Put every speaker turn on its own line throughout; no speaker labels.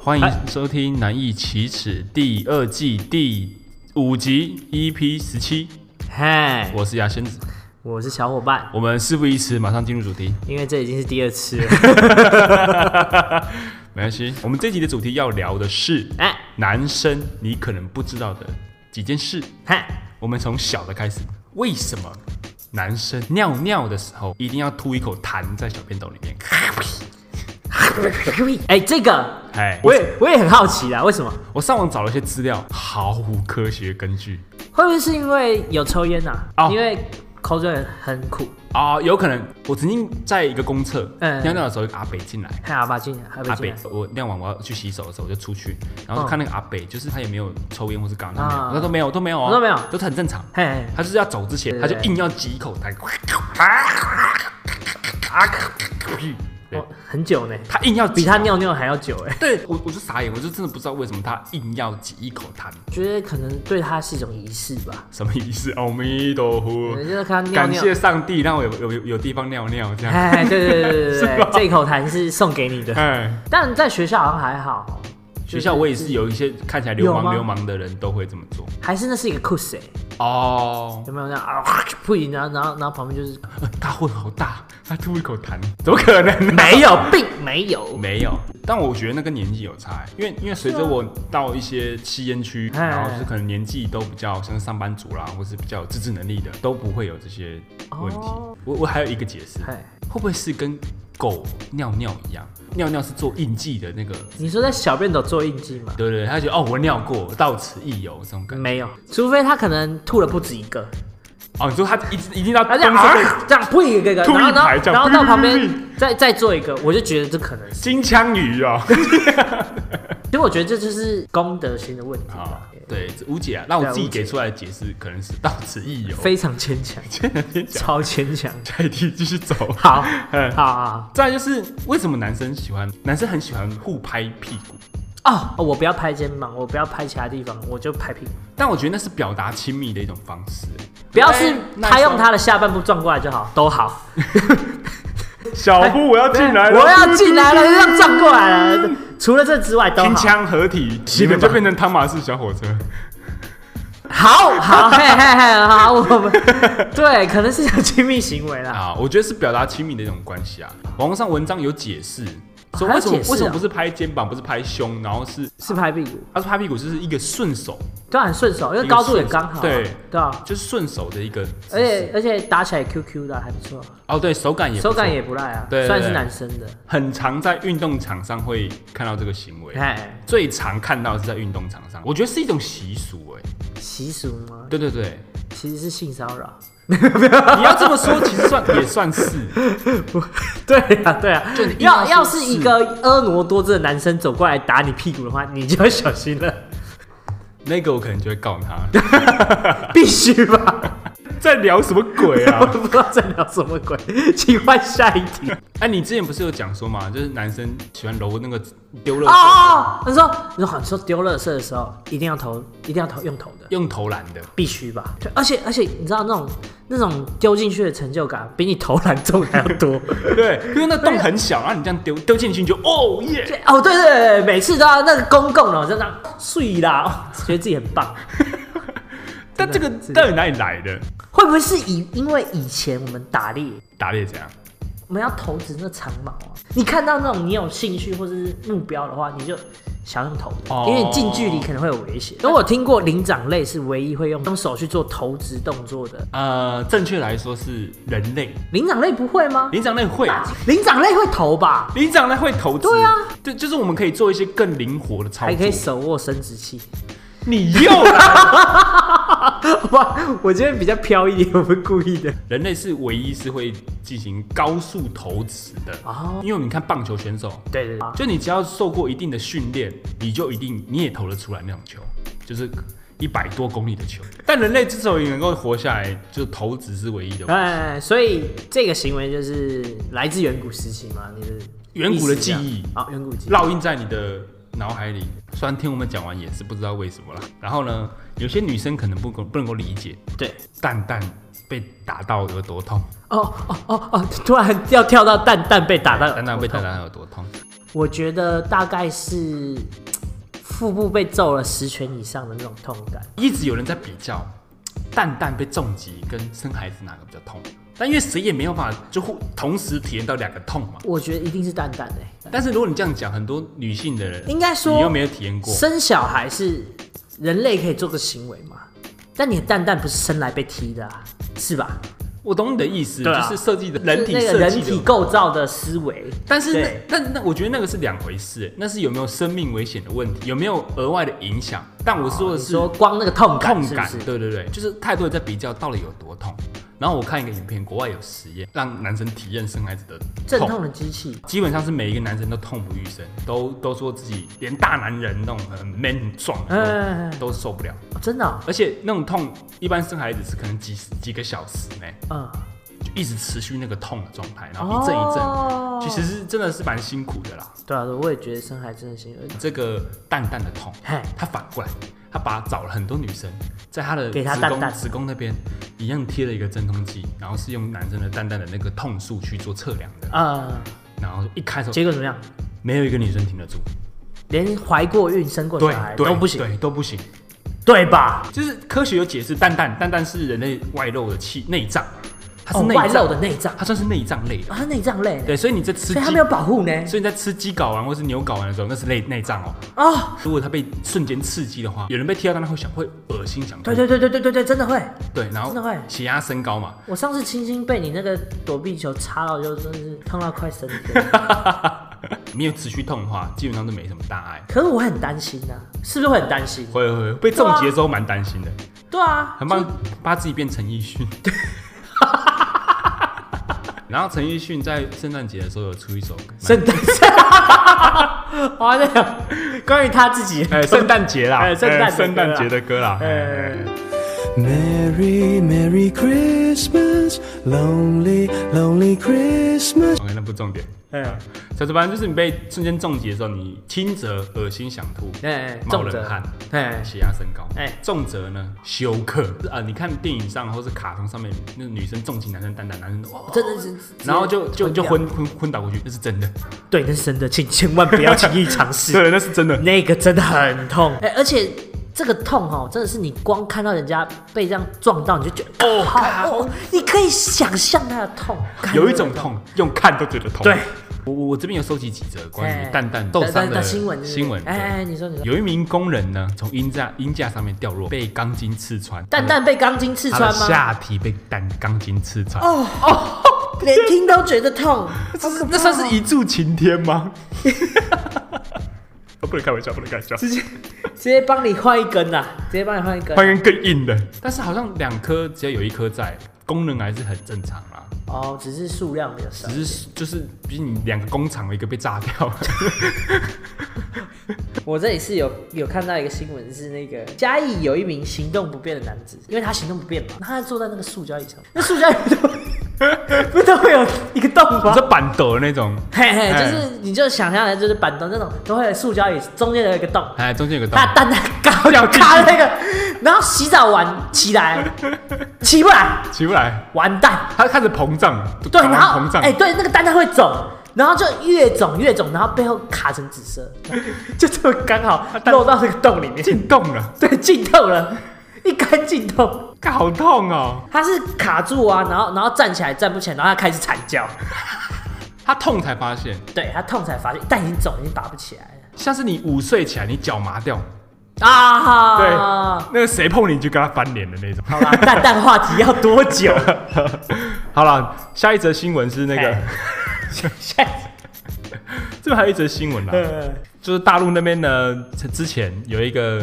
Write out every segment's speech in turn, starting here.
欢迎收听《难易启齿》第二季第五集 EP 十七，
嗨，
我是牙仙子。
我是小伙伴，
我们事不宜迟，马上进入主题。
因为这已经是第二次 了。
没关系，我们这集的主题要聊的是
哎，
男生你可能不知道的几件事。
嗨，
我们从小的开始，为什么男生尿尿的时候一定要吐一口痰在小便斗里面？
哎，这个
哎，
我
我
也我也很好奇啦，为什么？
我上网找了一些资料，毫无科学根据
会不会是因为有抽烟呐、
哦
因为口水很苦，
啊、有可能我曾经在一个公厕
嗯
尿尿的时候，有个阿北进来。
看阿爸进来，阿
阿
伯进
北
来，，
我尿完我要去洗手的时候，我就出去，然后就
嗯
看那个阿北，就是他也没有抽烟或是干嘛，
啊
他没有他都没有，都没有哦，
我都没有
都很正常。
嘿嘿，
他就是要走之前，
对
他就硬要挤一口痰，啊对
哦，很久呢，
他硬要挤
比他尿尿还要久哎，
对我我就傻眼，我就真的不知道为什么他硬要挤一口痰，
觉得可能对他是一种仪式吧，
什么意思？阿弥陀佛
可，能就是看他尿
感
尿。
谢上帝让我有有有有地方尿尿这样。
哎，对对对对对
是吧
对，这一口痰 是送给你 的，
哎，
但在学校好像还好，
学校我也是有一些看起来流
有吗
氓流氓的人都会这么做
还是那是一个 kus 哎，
哦。
有没有那样啊？不行，然后然后然后旁边就是
呃他混好大，他吐一口痰，怎么可能呢、
没有，并没有。
没有，但我觉得那跟年纪有差欸、因为因为随着我到一些吸烟区，
哎
然后就是可能年纪都比较像是上班族啦，或是比较有自制能力的，都不会有这些问题。
哦
我我还有一个解释，
哎，
会不会是跟狗尿尿一样？尿尿是做印记的那个，
你说在小便斗做印记吗？
对不对？他觉得哦，我尿过，到此一游这种感觉。
没有，除非他可能吐了不止一个，
哦，你说他一直一定到
他
公
这样
厕
啊，这样呸一个一个，
吐一
然后然
排
后
这样
然后到旁
呸
边再再做一个，我就觉得这可能是。
金枪鱼哦。
其实我觉得这就是公德心的问题吧
啊，，对，这无解啊。那我
对
自己
无解
给出来的解释可能是到此一游。
非常 牵强，超牵强。
下一题继续走。
好，
嗯
好好
再来就是为什么男生喜欢，男生很喜欢互拍屁股，
好哦，我不要拍肩膀，我不要拍其他地方，我就拍屁股。
但我觉得那是表达亲密的一种方式。
不要是
哎
他用他的下半部撞过来就好，都好。
小布，哎我要进来
我要进来了，要撞过来了。除了这之外都
金
好。
枪合体，
是
你们
吧
就变成汤马士小火车。
好 好嘿嘿嘿，好，我们对，可能是有亲密行 为啦。
啊，我觉得是表达亲密的一种关系啊。网络上文章有解释，哦说
还有
为什么、
解释啊
为什么不是拍肩膀，不是拍胸，然后是
是拍屁股，
他说拍屁股就是一个顺手，
对啊，很顺手，因为高度也刚好啊。
对
对啊，
就是顺手的一个姿势，
而且而且打起来 QQ 的还不错，
哦对，哎手感也不错
手感也不赖啊。
对对对
虽然是男生的，
很常在运动场上会看到这个行为。
哎，
最常看到的是在运动场上，我觉得是一种习俗哎、
习俗吗？
对对对，
其实是性骚扰。
你要这么说，其实算也算是。
对啊， 对啊
就你，硬要
要
说
要是一个婀娜多姿的男生走过来打你屁股的话， 你就要小心了，
那个我可能就会告他，
必须吧？
在聊什么鬼
我
啊？
不知道在聊什么鬼， 请换下一题。
哎、你之前不是有讲说嘛，就是男生喜欢揉那个丢垃圾，
哦，他说，你说你说丢垃圾的时候一定要投，一定要投用投的，
用投篮的。
必须吧？对，而且而且你知道那种那种丢进去的成就感，比你投篮中还要多。
对，因为那洞很小，然后你这样丢丢进去，你就哦耶，
对 哦，对对对，每次都要那个公共的，哦我就这样碎啦，哦觉得自己很棒。
但这个
真的
到底哪里来的？
会不会是以因为以前我们打猎，
打猎怎样？
我们要投掷那长矛啊？你看到那种你有兴趣或者是目标的话，你就想用投的，
哦
因为你近距离可能会有危险。因为我听过灵长类是唯一会用用手去做投掷动作的，
呃，正确来说是人类，
灵长类不会吗？
灵长类会，
灵长类会投吧，
灵长类会投掷。
对啊，
对，就是我们可以做一些更灵活的操
还可以
作。
手握生殖器。
你又来
哇，我今天比较飘一点，我不是故意的。
人类是唯一是会进行高速投掷的
哦
因为你看棒球选手，
对对对，
就你只要受过一定的训练，你就一定你也投得出来那种球，就是一百多公里的球。但人类之所以能够活下来，就投掷是唯一的。
哎，所以这个行为就是来自远古时期嘛，你的
远古的
意思这样
记忆
啊，远古记忆。
烙印在你的脑海里。虽然听我们讲完也是不知道为什么啦。然后呢，有些女生可能不够不能够理解，
对，
蛋蛋被打到有多痛，
哦哦哦哦，突然要跳到蛋蛋被打到，
蛋蛋被打到有多痛。
我觉得大概是腹部被揍了十拳以上的那种痛感。
一直有人在比较蛋蛋被重击跟生孩子哪个比较痛，但因为谁也没有办法就互同时体验到两个痛嘛。
我觉得一定是蛋蛋哎、
但是如果你这样讲，很多女性的人
应该说
你又没有体验过，
生小孩是人类可以做个行为嘛？但你的蛋蛋不是生来被踢的啊，是吧？
我懂你的意思，
对啊
就是设计的人体
就是那
设
个人
计
体
的。
构造的思维，
但是
对
那那那，我觉得那个是两回事，那是有没有生命危险的问题，有没有额外的影响？但我说的
哦你
是
说光那个痛感
痛
是不
感，
是？
对对对，就是太多人在比较到底有多痛。然后我看一个影片，国外有实验让男生体验生孩子的
阵痛的机器，
基本上是每一个男生都痛不欲生，都都说自己连大男人那种很 man 很壮
嗯
的
嗯，嗯
都都受不了，
嗯真的哦、
而且那种痛一般生孩子是可能几十几个小时呢，
嗯。
就一直持续那个痛的状态，然后一阵一阵，
哦
其实是真的是蛮辛苦的啦。
对啊，我也觉得生孩子很辛苦。
这个淡淡的痛，
嘿，
他反过来，他把找了很多女生，在他的
给她
子
蛋
宫
蛋
子宫那边一样贴了一个镇痛剂，然后是用男生的蛋蛋的那个痛数去做测量的，
呃，
然后一开始
结果怎么样？
没有一个女生挺得住，
连怀过孕、生过
对
小孩
对
都不行，
对都不行。
对吧？
就是科学有解释，蛋蛋蛋蛋是人类外露的器内脏，它
哦
是，内
外
脏，
露的内脏，
它算是内脏类的。
啊，它内脏类，
对，所以你在吃
所
鸡
以，它没有保护呢。
所以你在吃鸡睾丸或是牛睾丸的时候，那是内内脏哦。
哦，
如果它被瞬间刺激的话，有人被踢到，当然会想会恶心想吐。
对对对对对对对，真的会。
对，然后
真的会
血压升高嘛，
我上次轻轻被你那个躲避球插到，就真的是痛到快 生了。
没有持续痛的话，基本上都没什么大碍。
可是我很担心呐、啊是不是会很担心？
会会会被重击的时候蛮担心的，
对啊，
很棒，把自己变陈奕 迅。然后陈奕迅在圣诞节的时候有出一首歌，
圣 诞节，哇，哦那个关于他自己，
哎圣诞节啦，
哎圣诞节
哎圣诞节的歌啦，哎
哎
Merry, Merry Christmas, lonely, lonely Christmas.
OK，那不重点。
哎
小子，反正就是你被瞬间重击的时候，你轻则恶心想吐，
哎，
冒
重
冷
责
汗，
哎，
血压升高，哎、
哎
重则呢休克啊、你看电影上或是卡通上面，那女生重击男生，蛋蛋男生哇，
真的是，
然后就就就
掉
昏昏昏倒过去，那是真的，
对，那是真的，请千万不要轻易尝 试，
对，那是真的。
那个真的很痛。哎、而且这个痛哦，真的是你光看到人家被这样撞到，你就觉得
哦
哦，好哦，你可以想象他的痛，
有一种痛，用看都觉得痛。
对，
我我我这边有收集几则关
哎
于蛋蛋受伤的
新闻是不是
新闻。
哎哎，
对
哎你说你说，
有一名工人呢，从鹰架鹰架上面掉落，被钢筋刺穿。
蛋蛋被钢筋刺
他
穿
的
吗？
下体被弹钢筋刺穿，
哦哦，连听都觉得痛，
这是那算是一柱擎天 吗？不能开玩笑，不能开玩笑，直接
直接帮你换一根啦，直接帮你换一根
换。一根更硬的。但是好像两颗只要有一颗在，功能还是很正常啊啦。
哦，只是数量比较少。
只是就是比你两个工厂的一个被炸 掉，
我这里是有有看到一个新闻，是那个嘉义有一名行动不便的男子，因为他行动不便嘛，他坐在那个塑胶椅上，那塑胶椅都 不都会有一个洞
你
吗
这？板斗的那种，
嘿嘿，就
哎
是你就想象的，就是板凳那种，都会有塑胶椅中间有一个洞，
哎，中间有个洞
他，蛋蛋高脚卡那个，然后洗澡完起 来，起不来，
起不来，
完蛋，
它开始膨胀，
对，
睾丸
然后
膨胀，
哎、对，那个蛋蛋会肿，然后就越肿越肿，然后背后卡成紫色， 就这么刚好漏到那个洞里面。
进洞了，
对，浸透了，一干浸透。
干好痛哦！
他是卡住啊，然后然后站起来站不起来，然后他开始惨叫，
它痛才发现，
对他痛才发现蛋已经肿，已经拔不起来了
像是你午睡起来，你脚麻掉，
啊！
对，那个谁碰你就跟他翻脸的那种。
好啦，蛋蛋话题要多 久？
好了，下一则新闻是那个
哎，下一
这边还有一则新闻啦，
次
就是大陆那边呢，之前有一个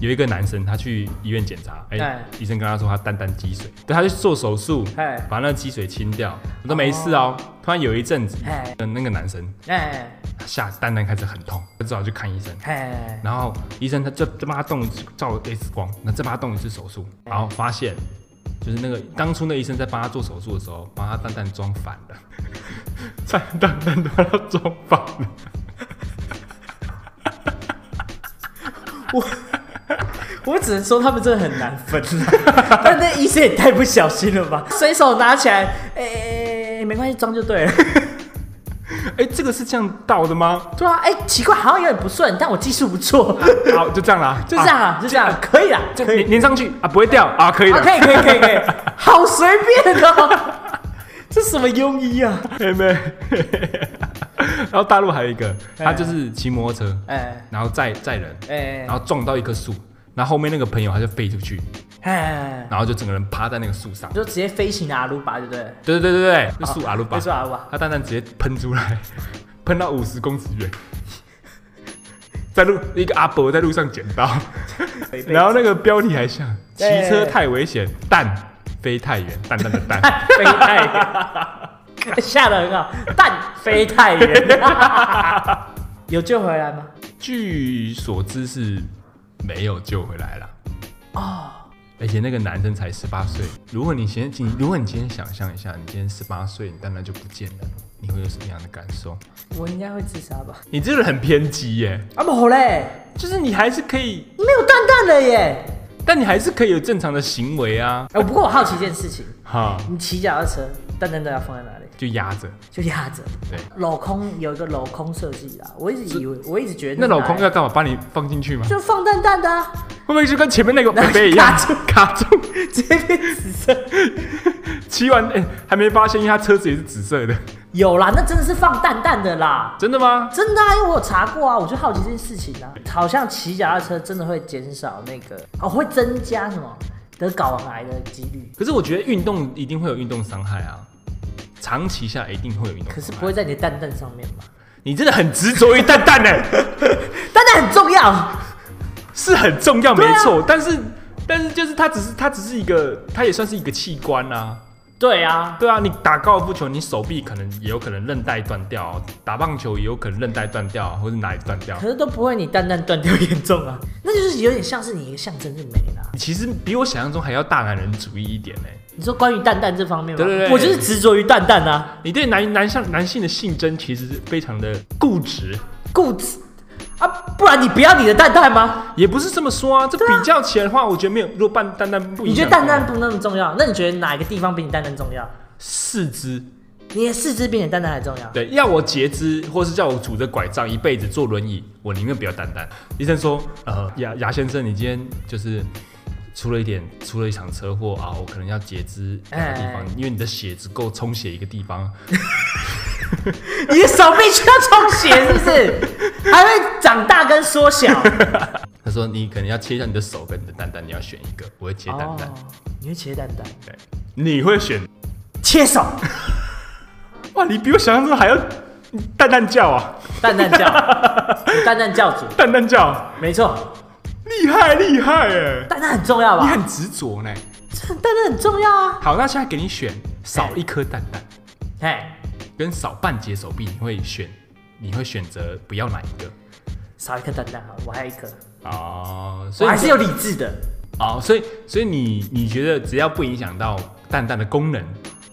有一个男生，他去医院检查，哎、
哎
医生跟他说他蛋蛋积水，对，他去做手术
哎，
把那积水清掉，都没事哦。突然有一阵子
哎，
那个男生
哎
他下蛋蛋开始很痛，他只好去看医生。
哎，
然后医生他就再帮他动一次照 X 光，那再帮他动一次手术，然后发现就是那个当初那医生在帮他做手术的时候，帮他蛋蛋装反 了，在蛋蛋都把他装反了。
我只能说他们真的很难分 啊，但那医生也太不小心了吧，随手拿起来，哎哎哎哎，没关系，装就对了。
哎、哎、这个是这样倒的吗？
对啊，哎、奇怪，好像有点不顺，但我技术不 错，
好，就这样啦，
就这样啊，就这样，可以啦，
这粘粘上去啊，不会掉啊，可以
啊，
的。
可以，可以，可以，可 以，好随便 哦，这什么庸医啊？
妹妹。哎 然后大陆还有一个，他就是骑摩托车，
哎
然后载载人，
哎
然后撞到一棵树，然后后面那个朋友他就飞出去，
哎，
然后就整个人趴在那个树上
你。就直接飞行的阿鲁巴，对不啊
对
对？
对对对对，那树阿鲁巴，
那树阿鲁巴
他蛋蛋直接喷出来，喷到五十公尺远， 在路一个阿伯在路上捡到，然后那个标题还像“骑
对
车太危险，蛋飞太远，蛋蛋的蛋”。
飞太远， 下的很好，但飞太 远，有救回来吗？
据所知是没有救回来了。哦，而且那个男生才十八岁。如果你先你，如果你今天想象一下，你今天十八岁，你当然就不见了，你会有什么样的感受？
我应该会自杀吧？
你这个人很偏激耶，
啊不好嘞，
就是你还是可以，
没有蛋蛋了耶！
但你还是可以有正常的行为啊，
哎、不过我好奇一件事情，
哈，
你骑脚踏车，蛋蛋都要放在哪里？
就压着。
就压着。
对，
镂空有一个镂空设计啦，我一直以为，我一直觉得
那老
老
公要干嘛？把你放进去吗？
就放蛋蛋的、 啊，
会不会就跟前面那个北北一样
卡住
卡住？
直接变紫色。
骑完哎、还没发现，因为他车子也是紫色的，
有啦，那真的是放蛋蛋的啦，
真的吗？
真的啊，因为我有查过啊，我就好奇这件事情啊，好像骑脚踏车真的会减少那个哦，会增加什么得睾丸癌的几率，
可是我觉得运动一定会有运动伤害啊，长期下来一定会有运动
可是
伤
不
害。
会在你的蛋蛋上面嘛？
你真的很执着于蛋蛋呢、
蛋蛋很重要，
是很重要，没
对啊
错。但是但是就是它只是它只是一个，它也算是一个器官啊。
对啊，
对啊，你打高尔夫球，你手臂可能也有可能韧带断掉啊、打棒球也有可能韧带断掉啊、或者哪里断掉
可。是都不会你蛋蛋断掉严重啊， 那就是有点像是你一个象征就没啦。
你其实比我想象中还要大男人主义一点呢、
你说关于蛋蛋这方面吗？
对对对
我就是执着于蛋蛋啊，
你对男男向男性的性征其实是非常的固执，
固执啊，不然你不要你的蛋蛋吗？
也不是这么说啊。这比较起来的话，我觉得没有。如果半蛋蛋不影响，
你觉得蛋蛋不那么重要？那你觉得哪一个地方比你蛋蛋重要？
四肢
你的四肢比你的蛋蛋还重要？
对，要我截肢，或是叫我拄着拐杖一辈子坐轮椅，我宁愿不要蛋蛋。医生说，呃，牙牙先生，你今天就是出了一点，出了一场车祸啊，我可能要截肢两个地方，
哎
因为你的血只够充血一个地方。
你的手臂需要充血是不 是？还会长大跟缩小。
他说你可能要切掉你的手跟你的蛋蛋，你要选一个，我会切蛋蛋。
哦，你会切蛋蛋，
对，你会选？
切手，
哇，你比我想象中还要蛋蛋叫啊，
蛋 蛋教，你蛋蛋教主，
蛋蛋叫，
没错，
厉害厉害哎！
蛋蛋很重要
你
吧？
很执着呢。
蛋蛋很重要啊。
好，那现在给你选少一颗蛋蛋。
哎，
跟少半截手臂，你会选，你会选择不要哪一个？
少一颗蛋蛋好，我还有一颗，
哦，所
我
以
还是有理智的。
哦，所以所以你你觉得只要不影响到蛋蛋的功能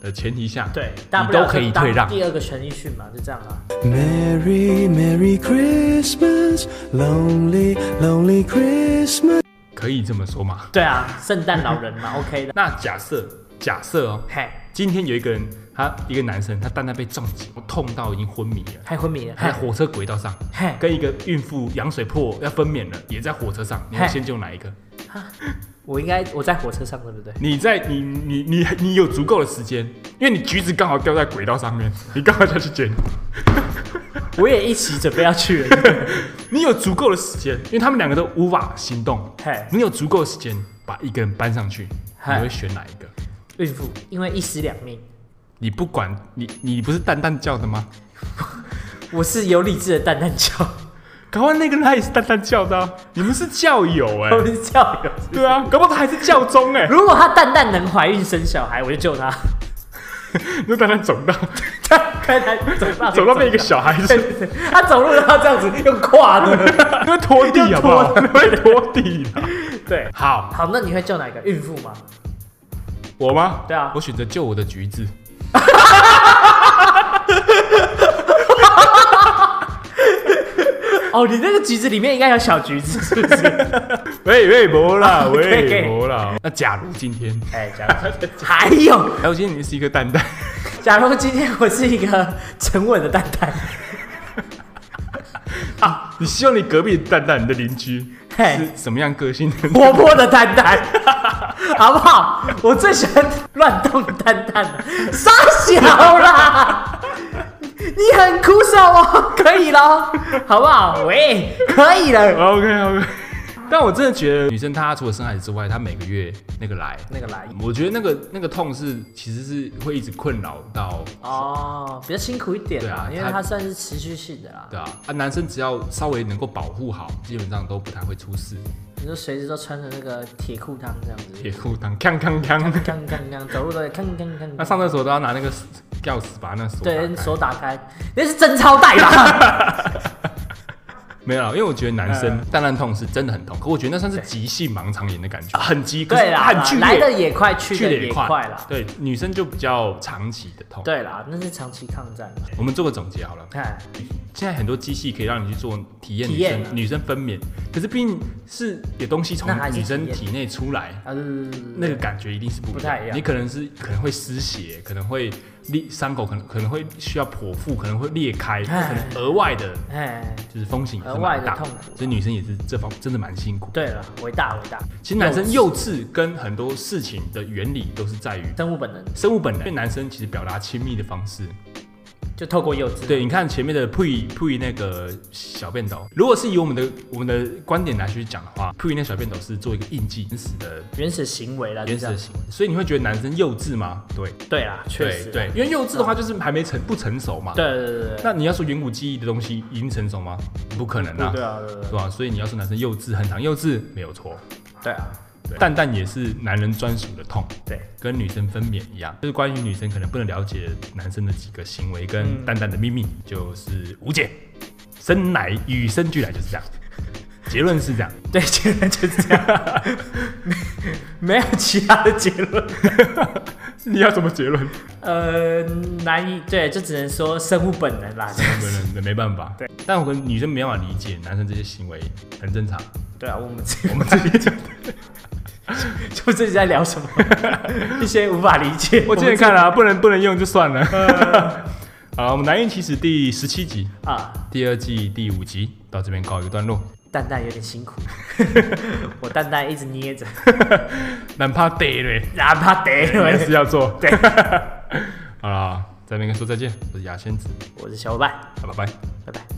的前提下，
对，大
你
不了
都
就
可以
当
退让。
第二个权利训嘛，就这样啊。
Merry, Merry Christmas, lonely, lonely Christmas.
可以这么说嘛？
对啊，圣诞老人 嘛，OK 的。
那假设假设哦，
嘿，
今天有一个人，他一个男生，他蛋蛋被撞击，痛到已经昏迷了。
还昏迷了，
还
嘿
在火车轨道上
嘿，
跟一个孕妇羊水破要分娩了，也在火车上。你会
嘿
先救哪一个？
我应该我在火车上，对不对？
你在你你你你有足够的时间，因为你橘子刚好掉在轨道上面，你刚好要去捡，
我也一起准备要去 了。
你有足够的时间，因为他们两个都无法行动
嘿，
你有足够的时间把一个人搬上去，你
嘿
会选哪一个？
孕妇因为一尸两命，
你不管你你不是蛋蛋叫的吗？
我是有理智的蛋蛋 教，
搞完那个人他也是蛋蛋叫的、啊，你们是教友 哎、
我是教友。
对啊，搞不好他还是教宗哎、
如果她蛋蛋能怀孕生小孩，我就救 她。
那蛋蛋 肿到
看她走到
肿到被一个小孩
对
子，
对对，她走路都要这样子用跨 的。
因为哎拖地好不好？ 因为拖地啦。
对，
好，
好，那你会救哪个孕妇吗？
我吗？
对啊
我选择救我的橘子。
哦，你那个橘子里面应该有小橘子，是不是？
喂喂，没 啦，
可以可
喂
以
没啦。那假如今天，
哎，这样子。还有，
还有今天你是一个蛋蛋，
假如今天我是一个沉稳的蛋蛋，
你希望你隔壁蛋蛋，你的邻居
嘿
是什么样个 性的？
活泼的蛋蛋， 好不好？我最喜欢乱动的蛋蛋了，傻小啦！你很苦手哦，可以咯，好不好？喂，可以了。
OK OK，但我真的觉得女生她除了生孩子之外，她每个月那个来，
那个来
我觉得那个那个痛是其实是会一直困扰到，
哦，比较辛苦一点啦，
对啊
因为
它
它算是持续性的啦。
对啊啊，男生只要稍微能够保护好，基本上都不太会出事。
你说随时都穿着那个铁裤裆这样子，
铁裤裆，锵锵锵，
刚刚刚走路都刚刚刚。
那上厕所都要拿那个钥匙把那锁打开
对手打开，那是贞操带 吧？
没有啦，因为我觉得男生
嗯
蛋蛋痛是真的很痛，可我觉得那算是急性盲肠炎的感觉，很急，可是
啊
啊
对啦，
很剧
来
烈，
的也快，去
剧
的
烈
也快啦。
对，女生就比较长期的痛。，
对啦，那是长期抗战哎嘛。
我们做个总结好了。
看，
现在很多机器可以让你去做体验
体
女
验
生、
啊
女生分娩，可是毕竟是有东西从
那还是
女生
体验
体内出来，
啊，对对对
那个感觉一定是不
不太一样
你可能是可能会失血，可能会裂伤口，可能可能会需要剖腹，可能会裂开，可
哎
能额外的
哎，
就是风险也是
额外
蛮
的
大
痛苦
所以女生也是这方真的蛮辛苦。
对了，伟大伟大，
其实男生幼稚跟很多事情的原理都是在于
生物本能
生物本能，对男生其实表达亲密的方式
就透过幼稚，
对，你看前面的 pre pre 那个小便斗，如果是以我们的我们的观点来去讲的话，pre 那小便斗是做一个印记真实的
原始行为啦，就
原始
这
的
样
行为，所以你会觉得男生幼稚吗？对，
对啦，确实
对对，因为幼稚的话就是还没成不成熟嘛。，
对对对对对，
那你要说远古记忆的东西已经成熟吗？不可能啊，
对啊对
对
对
吧、所以你要说男生幼稚，很常幼稚，没有错。
对啊，
蛋蛋也是男人专属的痛，
对，
跟女生分娩一样，就是关于女生可能不能了解男生的几个行为跟蛋蛋的秘密，就是无解。生来与生俱来就是这样，结论是这样。
对， 结论就是这样，没没有其他的结论，
你要什么结论？
呃，难以对，就只能说生物本能啦，
可能没办法。对，但我跟女生没办法理解男生这些行为很正 常。
对啊，我们
我们自己讲，
就自己在聊什么， 一些无法理解，
我今天看了、啊不能不能用就算了。 好，我们男人其实第十七集，
啊，
第二季第五集到这边告一个段落。
蛋蛋有点辛苦， 我蛋蛋一直捏着，
难怕得 嘞。
哪怕得
我也
了
是。要做。
对，
好了，在那边跟说再见，我是牙仙子，
我是小伙伴，
好，拜拜。
拜拜。